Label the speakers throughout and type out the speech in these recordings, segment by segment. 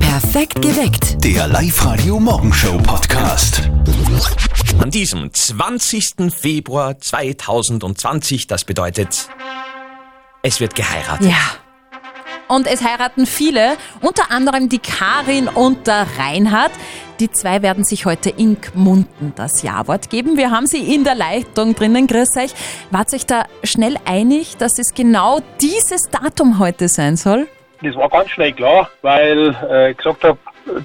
Speaker 1: Perfekt geweckt.
Speaker 2: Der Live-Radio Morgenshow Podcast.
Speaker 3: An diesem 20. Februar 2020, das bedeutet, es wird geheiratet.
Speaker 4: Ja. Und es heiraten viele, unter anderem die Karin und der Reinhard. Die zwei werden sich heute in Gmunden das Ja-Wort geben. Wir haben sie in der Leitung drinnen. Grüß euch. Wart euch da schnell einig, dass es genau dieses Datum heute sein soll?
Speaker 5: Das war ganz schnell klar, weil äh, ich gesagt habe,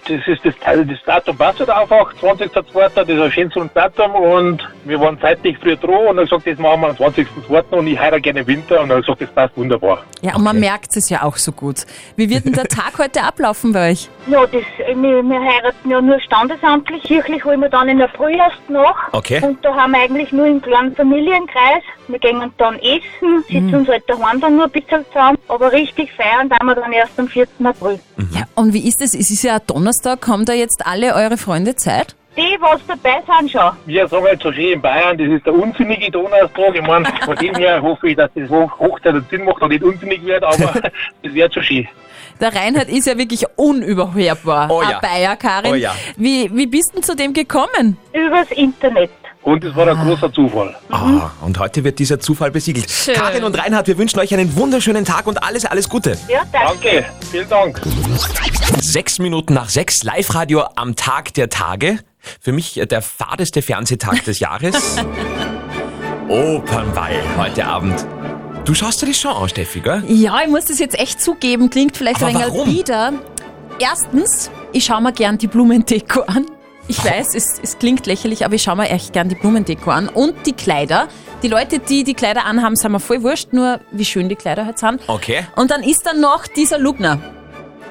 Speaker 5: das ist das, also das Datum passt halt einfach, 20.02., das ist ein schönes rundes Datum und wir waren zeitlich früh dran und er gesagt, das machen wir am 20.02. und ich heirate gerne im Winter und er gesagt, das passt wunderbar.
Speaker 4: Ja, und man merkt es ja auch so gut. Wie wird denn der Tag heute ablaufen bei euch?
Speaker 6: Ja, das, äh, wir, wir heiraten ja nur standesamtlich. Kirchlich holen wir dann in der Frühjahrst nach.
Speaker 3: Okay.
Speaker 6: Und da haben wir eigentlich nur einen kleinen Familienkreis. Wir gehen dann essen, sitzen uns halt daheim dann nur ein bisschen zusammen. Aber richtig feiern tun wir dann erst am 4. April.
Speaker 4: Ja, und wie ist es? Es ist ja ein Donnerstag. Haben da jetzt alle eure Freunde Zeit?
Speaker 6: Die, was dabei sind, schon.
Speaker 5: Wir sagen jetzt so schön in Bayern, das ist der unsinnige Donnerstag. Ich meine, von dem her hoffe ich, dass das Hoch- Hochzeit einen Sinn macht und nicht unsinnig wird, aber es wird schon schön.
Speaker 4: Der Reinhard ist ja wirklich unüberhörbar.
Speaker 3: Oh ja.
Speaker 4: Ein Bayer, Karin.
Speaker 3: Oh ja.
Speaker 4: wie, wie bist denn zu dem gekommen?
Speaker 6: Übers Internet.
Speaker 5: Und es war ein großer Zufall.
Speaker 3: Ah, und heute wird dieser Zufall besiegelt. Karin und Reinhard, wir wünschen euch einen wunderschönen Tag und alles, alles Gute.
Speaker 6: Ja,
Speaker 5: Danke,
Speaker 6: danke.
Speaker 5: vielen Dank.
Speaker 3: Sechs Minuten nach sechs, Live-Radio am Tag der Tage. Für mich äh, der fadeste Fernsehtag des Jahres. Opernball heute Abend. Du schaust dir das schon an, Steffi, gell?
Speaker 4: Ja, ich muss das jetzt echt zugeben, klingt vielleicht
Speaker 3: Aber
Speaker 4: ein wenig
Speaker 3: warum?
Speaker 4: bieder. Erstens, ich schaue mir gern die Blumendeko an. Ich weiß, es, es klingt lächerlich, aber ich schaue mir echt gern die Blumendeko an. Und die Kleider. Die Leute, die die Kleider anhaben, sind mir voll wurscht, nur wie schön die Kleider halt sind.
Speaker 3: Okay.
Speaker 4: Und dann ist dann noch dieser Lugner.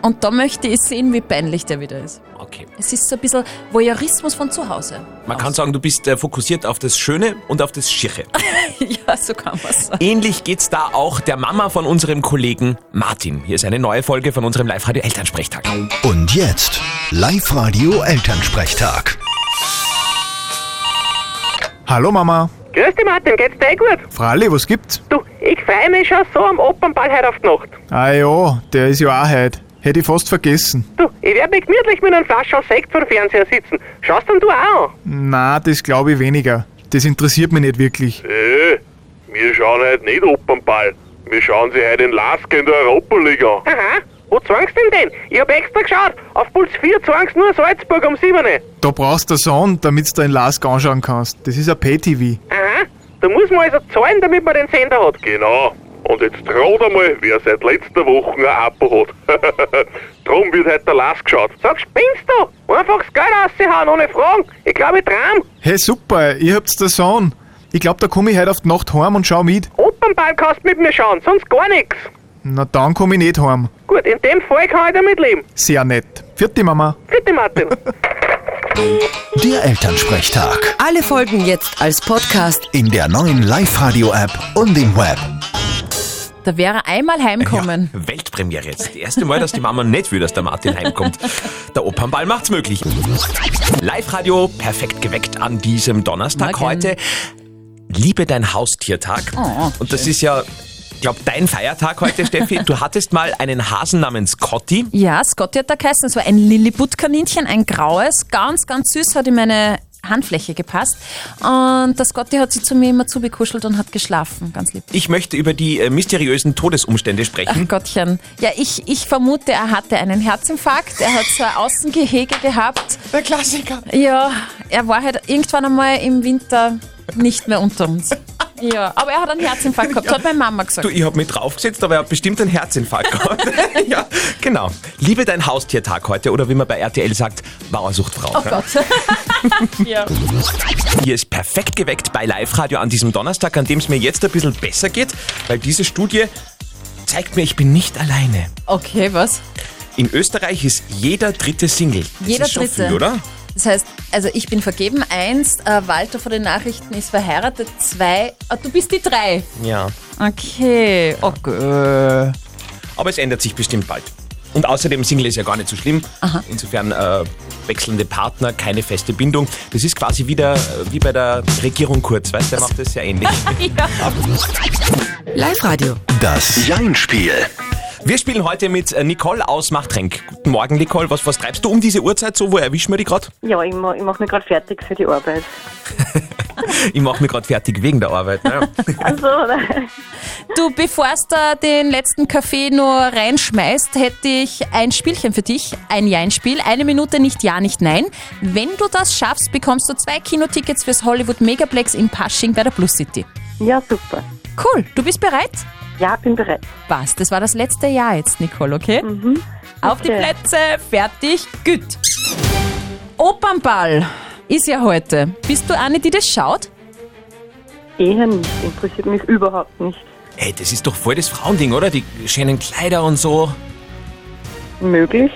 Speaker 4: Und da möchte ich sehen, wie peinlich der wieder ist.
Speaker 3: Okay.
Speaker 4: Es ist so ein bisschen Voyeurismus von zu Hause.
Speaker 3: Man kann sagen, du bist äh, fokussiert auf das Schöne und auf das Schiche.
Speaker 4: Ja, so kann man sagen.
Speaker 3: Ähnlich geht's da auch der Mama von unserem Kollegen Martin. Hier ist eine neue Folge von unserem Live-Radio Elternsprechtag.
Speaker 2: Und jetzt Live-Radio Elternsprechtag.
Speaker 7: Hallo Mama.
Speaker 8: Grüß dich Martin, geht's dir eh gut?
Speaker 7: Fralli, was gibt's?
Speaker 8: Du, ich freue mich schon so am Opernball heute auf die Nacht.
Speaker 7: Ah ja, der ist ja auch heute. Hätte ich fast vergessen.
Speaker 8: Du, ich werde mich gemütlich mit einem Flaschel Sekt vor dem Fernseher sitzen. Schaust denn du auch an?
Speaker 7: Na, das glaube ich weniger. Das interessiert mich nicht wirklich.
Speaker 9: Äh, wir schauen heute nicht Opernball. Wir schauen sie heute in Lask in der Europa-Liga an.
Speaker 8: Aha, wo zwangst denn den? Ich hab extra geschaut, auf Puls 4 zwangst nur Salzburg um 7 Uhr.
Speaker 7: Da brauchst du Sohn, damit du in Lask anschauen kannst. Das ist ein Pay-TV.
Speaker 8: Aha, da muss man also zahlen, damit man den Sender hat.
Speaker 9: Genau. Und jetzt droht einmal, wer seit letzter Woche ein Abo hat. Drum wird heute der Lask geschaut.
Speaker 8: Sag, spinnst du? Einfach das Geld raushauen, ohne Fragen. Ich glaube, ich tram.
Speaker 7: Hey super, ihr habt's der Sohn. Ich glaube, da komme ich heute auf die Nacht heim und schau mit.
Speaker 8: Opernball kannst mit mir schauen, sonst gar nichts.
Speaker 7: Na dann komme ich nicht heim.
Speaker 8: Gut, in dem Fall kann ich damit leben.
Speaker 7: Sehr nett. Vierte Mama.
Speaker 8: Bitte Martin.
Speaker 2: Der Elternsprechtag.
Speaker 1: Alle Folgen jetzt als Podcast.
Speaker 2: In der neuen Live-Radio-App und im Web.
Speaker 4: Da wäre einmal heimkommen.
Speaker 3: Ja, Weltpremiere jetzt. Das erste Mal, dass die Mama nicht will, dass der Martin heimkommt. Der Opernball macht's möglich. Live-Radio, perfekt geweckt an diesem Donnerstag
Speaker 4: Morgen.
Speaker 3: heute. Liebe dein Haustiertag. Und das ist Ah, ja, glaub, dein Feiertag heute, Steffi. Du hattest mal einen Hasen namens Cotti.
Speaker 4: Ja, Scotty hat da geheißen. Es war ein Lilliput-Kaninchen, ein graues, ganz, ganz süß, hat in meine Handfläche gepasst. Und der Scotty hat sie zu mir immer zubekuschelt und hat geschlafen. Ganz lieb.
Speaker 3: Ich möchte über die äh, mysteriösen Todesumstände
Speaker 4: Ach
Speaker 3: sprechen.
Speaker 4: Gottchen. Ja, ich, ich vermute, er hatte einen Herzinfarkt. Er hat so ein Außengehege gehabt.
Speaker 3: Der Klassiker.
Speaker 4: Ja, er war halt irgendwann einmal im Winter nicht mehr unter uns. Ja, aber er hat einen Herzinfarkt gehabt, hat meine Mama gesagt.
Speaker 3: Du, ich hab mich draufgesetzt, aber er hat bestimmt einen Herzinfarkt gehabt. ja, genau. Liebe dein Haustiertag heute oder wie man bei RTL sagt, Bauersuchtfrau.
Speaker 4: Oh Gott. ja.
Speaker 3: Hier ist perfekt geweckt bei Live Radio an diesem Donnerstag, an dem es mir jetzt ein bisschen besser geht, weil diese Studie zeigt mir, ich bin nicht alleine.
Speaker 4: Okay, was?
Speaker 3: In Österreich ist jeder dritte Single. Das
Speaker 4: Jeder
Speaker 3: ist schon
Speaker 4: dritte.
Speaker 3: Viel, oder?
Speaker 4: Das heißt, also ich bin vergeben, eins, äh, Walter von den Nachrichten ist verheiratet, zwei, ah, du bist die drei.
Speaker 3: Ja.
Speaker 4: Okay, okay.
Speaker 3: Aber es ändert sich bestimmt bald. Und außerdem, Single ist ja gar nicht so schlimm. Insofern äh, wechselnde Partner, keine feste Bindung. Das ist quasi wieder äh, wie bei der Regierung Kurz, weißt du, der macht das sehr ähnlich.
Speaker 1: Live-Radio.
Speaker 2: Das Jein-Spiel.
Speaker 3: Wir spielen heute mit äh, Nicole aus Machtrenk. Guten Morgen, Nicole. Was, was treibst du um diese Uhrzeit so? Wo erwischen wir die gerade?
Speaker 10: Ja, ich, ma- ich mache mich gerade fertig für die Arbeit.
Speaker 3: Ich mache mich gerade fertig wegen der Arbeit. Ne?
Speaker 10: Also,
Speaker 4: Du, bevor du den letzten Kaffee nur reinschmeißt, hätte ich ein Spielchen für dich. Ein Jein-Spiel. Eine Minute nicht Ja, nicht Nein. Wenn du das schaffst, bekommst du zwei Kinotickets fürs Hollywood Megaplex in Pasching bei der Plus City.
Speaker 10: ja, super.
Speaker 4: Cool. Du bist bereit?
Speaker 10: Ja, bin bereit.
Speaker 4: Was? Das war das letzte Jahr jetzt, Nicole, okay? Auf die
Speaker 10: Mhm. Okay.
Speaker 4: Plätze, fertig, gut. Opernball ist ja heute. Bist du eine, die das schaut?
Speaker 10: Eher nicht. Interessiert mich überhaupt nicht.
Speaker 3: Ey, das ist doch voll das Frauending, oder? Die schönen Kleider und so.
Speaker 10: Möglich?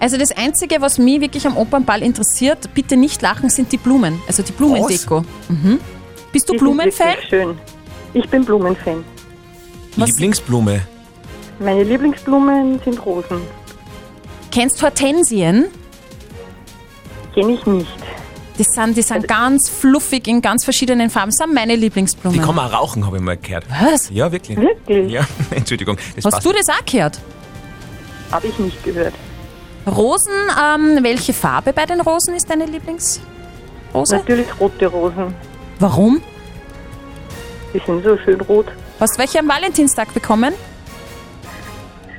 Speaker 4: Also das Einzige, was mich wirklich am Opernball interessiert, bitte nicht lachen, sind die Blumen. Also die Blumendeko. Mhm. Bist du
Speaker 10: Die sind
Speaker 4: Blumenfan?
Speaker 10: wirklich Schön. Ich bin Blumenfan.
Speaker 3: Die
Speaker 4: Was-
Speaker 3: Lieblingsblume.
Speaker 10: Meine Lieblingsblumen sind Rosen.
Speaker 4: Kennst Hortensien?
Speaker 10: Kenne ich nicht.
Speaker 4: Die sind, die sind ganz fluffig in ganz verschiedenen Farben. Das sind meine Lieblingsblumen.
Speaker 3: Die kann man auch rauchen, habe ich mal gehört.
Speaker 4: Was?
Speaker 3: Ja, wirklich.
Speaker 10: Wirklich?
Speaker 3: Ja, Entschuldigung. Das
Speaker 4: Hast
Speaker 3: passt.
Speaker 4: du das auch gehört?
Speaker 10: Habe ich nicht gehört.
Speaker 4: Rosen, ähm, welche Farbe bei den Rosen ist deine Lieblingsrose?
Speaker 10: Natürlich rote Rosen.
Speaker 4: Warum?
Speaker 10: Die sind so schön rot.
Speaker 4: Hast du welche am Valentinstag bekommen?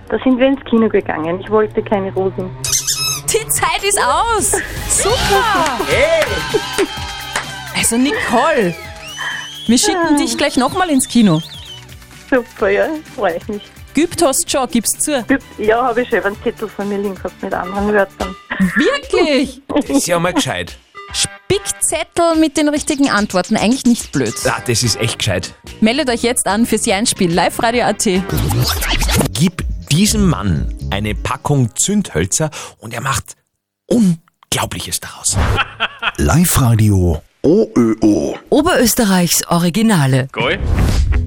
Speaker 10: Da sind wir ins Kino gegangen. Ich wollte keine Rosen.
Speaker 4: Die Zeit ist aus! Super! Also Nicole, wir schicken dich gleich nochmal ins Kino.
Speaker 10: Super, ja. Freue ich mich.
Speaker 4: Geübt hast schon, gib's zu.
Speaker 10: Ja, habe ich schon einen Zettel von mir links gehabt mit anderen Wörtern.
Speaker 4: Wirklich?
Speaker 3: Das ist ja mal gescheit.
Speaker 4: Spickzettel mit den richtigen Antworten, eigentlich nicht blöd.
Speaker 3: Ah, das ist echt gescheit.
Speaker 4: Meldet euch jetzt an fürs Jeinspiel, live radio AT.
Speaker 3: Gib diesem Mann eine Packung Zündhölzer und er macht Unglaubliches daraus.
Speaker 2: Live-Radio OÖO.
Speaker 1: Oberösterreichs Originale.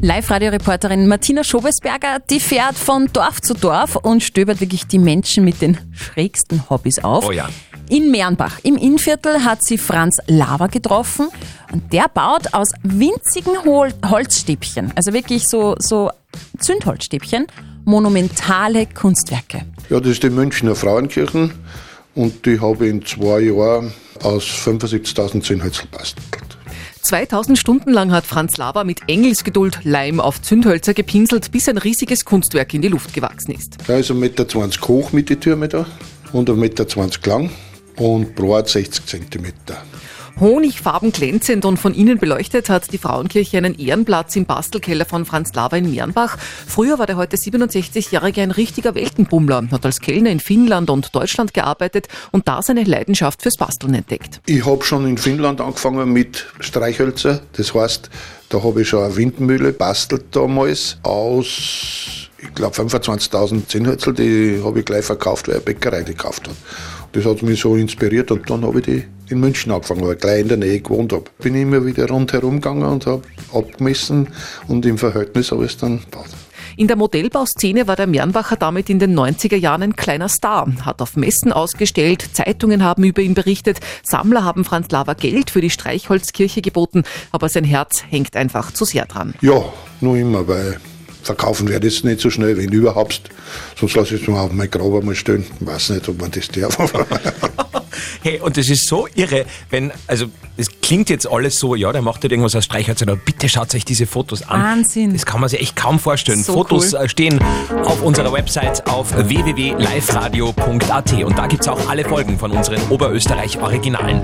Speaker 4: Live-Radio-Reporterin Martina Schobesberger, die fährt von Dorf zu Dorf und stöbert wirklich die Menschen mit den schrägsten Hobbys auf.
Speaker 3: Oh ja.
Speaker 4: In Mernbach, im Innviertel, hat sie Franz Lava getroffen und der baut aus winzigen Hol Holzstäbchen, also wirklich so, so Zündholzstäbchen, monumentale Kunstwerke.
Speaker 11: Ja, das ist die Münchner Frauenkirchen und die habe ich in zwei Jahren aus 75.000 Zinnhölzel bastelt.
Speaker 12: 2000 Stunden lang hat Franz Laber mit Engelsgeduld Leim auf Zündhölzer gepinselt, bis ein riesiges Kunstwerk in die Luft gewachsen ist.
Speaker 11: Da ist 1,20 Meter hoch mit den Türmen da und 1,20 Meter lang und breit 60 Zentimeter.
Speaker 12: Honigfarben glänzend und von innen beleuchtet hat die Frauenkirche einen Ehrenplatz im Bastelkeller von Franz Laber in Mernbach. Früher war der heute 67-Jährige ein richtiger Weltenbummler, hat als Kellner in Finnland und Deutschland gearbeitet und da seine Leidenschaft fürs Basteln entdeckt.
Speaker 11: Ich habe schon in Finnland angefangen mit Streichhölzer. Das heißt, da habe ich schon eine Windmühle bastelt damals aus, ich glaube, 25.000 Zinnhölzel. Die habe ich gleich verkauft, weil eine Bäckerei gekauft hat. Das hat mich so inspiriert und dann habe ich die in München angefangen, weil ich gleich in der Nähe gewohnt habe. Bin ich immer wieder rundherum gegangen und habe abgemessen und im Verhältnis habe ich es dann gebaut.
Speaker 12: In der Modellbauszene war der Mernbacher damit in den 90er Jahren ein kleiner Star, hat auf Messen ausgestellt, Zeitungen haben über ihn berichtet, Sammler haben Franz Lava Geld für die Streichholzkirche geboten, aber sein Herz hängt einfach zu sehr dran.
Speaker 11: Ja, nur immer, weil verkaufen werde ich es nicht so schnell, wenn überhaupt. Sonst lasse ich es mal auf mein Grab einmal stehen. Weiß nicht, ob man das darf.
Speaker 3: Hey, und das ist so irre, wenn, also, es klingt jetzt alles so, ja, der macht halt irgendwas aus Streichhölzern, aber bitte schaut euch diese Fotos an.
Speaker 4: Wahnsinn.
Speaker 3: Das kann man sich echt kaum vorstellen.
Speaker 4: So
Speaker 3: Fotos
Speaker 4: cool.
Speaker 3: äh, stehen auf unserer Website auf www.liveradio.at und da gibt's auch alle Folgen von unseren Oberösterreich-Originalen.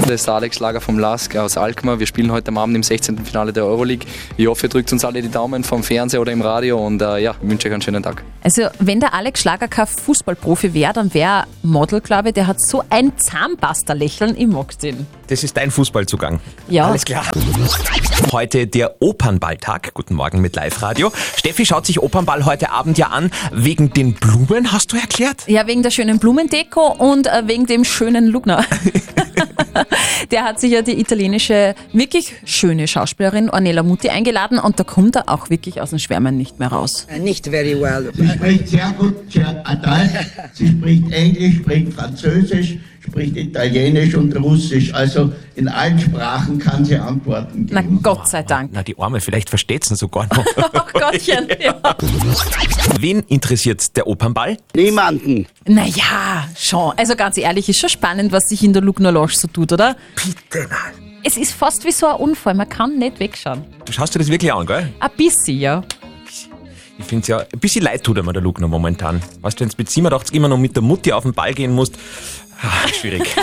Speaker 13: Das ist der Alex Lager vom LASK aus Alkmaar. Wir spielen heute am Abend im 16. Finale der Euroleague. Ich hoffe, ihr drückt uns alle die Daumen vom Fernseher oder im Radio und äh, ja, ich wünsche euch einen schönen Tag.
Speaker 4: Also, wenn der Alex Schlager kein Fußballprofi wäre, dann wäre er Model, glaube ich. Der hat so ein Zahnpasta-Lächeln, ich mag den.
Speaker 3: Das ist dein Fußballzugang.
Speaker 4: Ja.
Speaker 3: Alles klar. Heute der Opernballtag. Guten Morgen mit Live-Radio. Steffi schaut sich Opernball heute Abend ja an. Wegen den Blumen, hast du erklärt?
Speaker 4: Ja, wegen der schönen Blumendeko und äh, wegen dem schönen Lugner. der hat sich ja die italienische, wirklich schöne Schauspielerin Ornella Muti eingeladen und da kommt er auch wirklich aus den Schwärmen nicht mehr raus.
Speaker 14: Nicht very well.
Speaker 15: Sie spricht sehr gut, sehr adrett. Sie spricht Englisch, spricht Französisch,
Speaker 14: spricht Italienisch und Russisch. Also in allen Sprachen kann sie Antworten
Speaker 4: Na, Gott sei Dank.
Speaker 3: Na, die Arme, vielleicht versteht sie sogar noch.
Speaker 4: Ach Gottchen. Ja.
Speaker 3: Wen interessiert der Opernball?
Speaker 14: Niemanden.
Speaker 4: Naja, schon. Also ganz ehrlich, ist schon spannend, was sich in der Lugner Lounge so tut, oder?
Speaker 3: Bitte mal.
Speaker 4: Es ist fast wie so ein Unfall, man kann nicht wegschauen.
Speaker 3: Du schaust dir das wirklich an, gell?
Speaker 4: Ein bisschen, ja.
Speaker 3: Ich finde es ja, ein bisschen leid tut mir der Lugner momentan. Weißt du, wenn du mit 87 immer noch mit der Mutti auf den Ball gehen musst, ah, schwierig.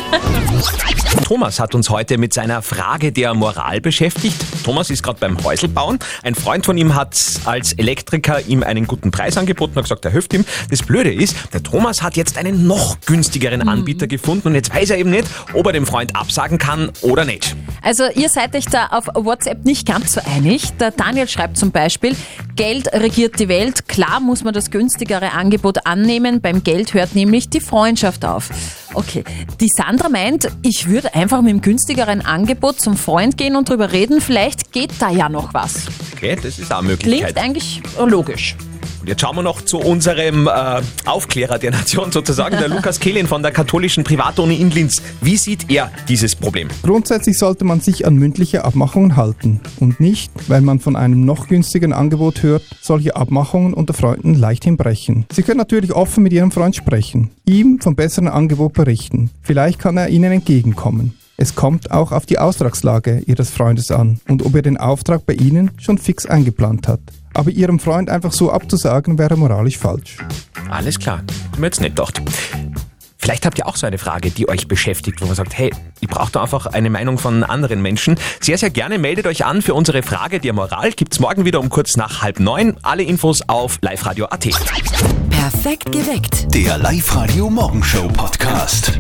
Speaker 3: Thomas hat uns heute mit seiner Frage der Moral beschäftigt. Thomas ist gerade beim Häuselbauen. Ein Freund von ihm hat als Elektriker ihm einen guten Preis angeboten und gesagt, er hilft ihm. Das Blöde ist, der Thomas hat jetzt einen noch
Speaker 4: Mhm.
Speaker 3: günstigeren Anbieter gefunden und jetzt weiß er eben nicht, ob er dem Freund absagen kann oder nicht.
Speaker 4: Also ihr seid euch da auf WhatsApp nicht ganz so einig. Der Daniel schreibt zum Beispiel, Geld regiert die Welt. Klar muss man das günstigere Angebot annehmen. Beim Geld hört nämlich die Freundschaft auf. Okay, die Sandra meint, ich würde einfach mit dem günstigeren Angebot zum Freund gehen und drüber reden. Vielleicht geht da ja noch was.
Speaker 3: Okay, das ist auch eine
Speaker 4: Klingt
Speaker 3: Möglichkeit.
Speaker 4: eigentlich logisch.
Speaker 3: Und jetzt schauen wir noch zu unserem äh, Aufklärer der Nation sozusagen, der Lukas Kehlin von der katholischen Privatuni in Linz. Wie sieht er dieses Problem?
Speaker 15: Grundsätzlich sollte man sich an mündliche Abmachungen halten und nicht, weil man von einem noch günstigeren Angebot hört, solche Abmachungen unter Freunden leichthin brechen. Sie können natürlich offen mit Ihrem Freund sprechen, ihm vom besseren Angebot berichten. Vielleicht kann er Ihnen entgegenkommen. Es kommt auch auf die Auftragslage Ihres Freundes an und ob er den Auftrag bei Ihnen schon fix eingeplant hat. Aber Ihrem Freund einfach so abzusagen, wäre moralisch falsch.
Speaker 3: Alles klar, Hab mir jetzt nicht gedacht. Vielleicht habt ihr auch so eine Frage, die euch beschäftigt, wo man sagt, hey, ich brauche da einfach eine Meinung von anderen Menschen. Sehr, sehr gerne meldet euch an für unsere Frage der Moral. Gibt's morgen wieder um kurz nach halb neun. Alle Infos auf liveradio.at.
Speaker 1: Perfekt geweckt.
Speaker 2: Der Live-Radio Morgenshow Podcast.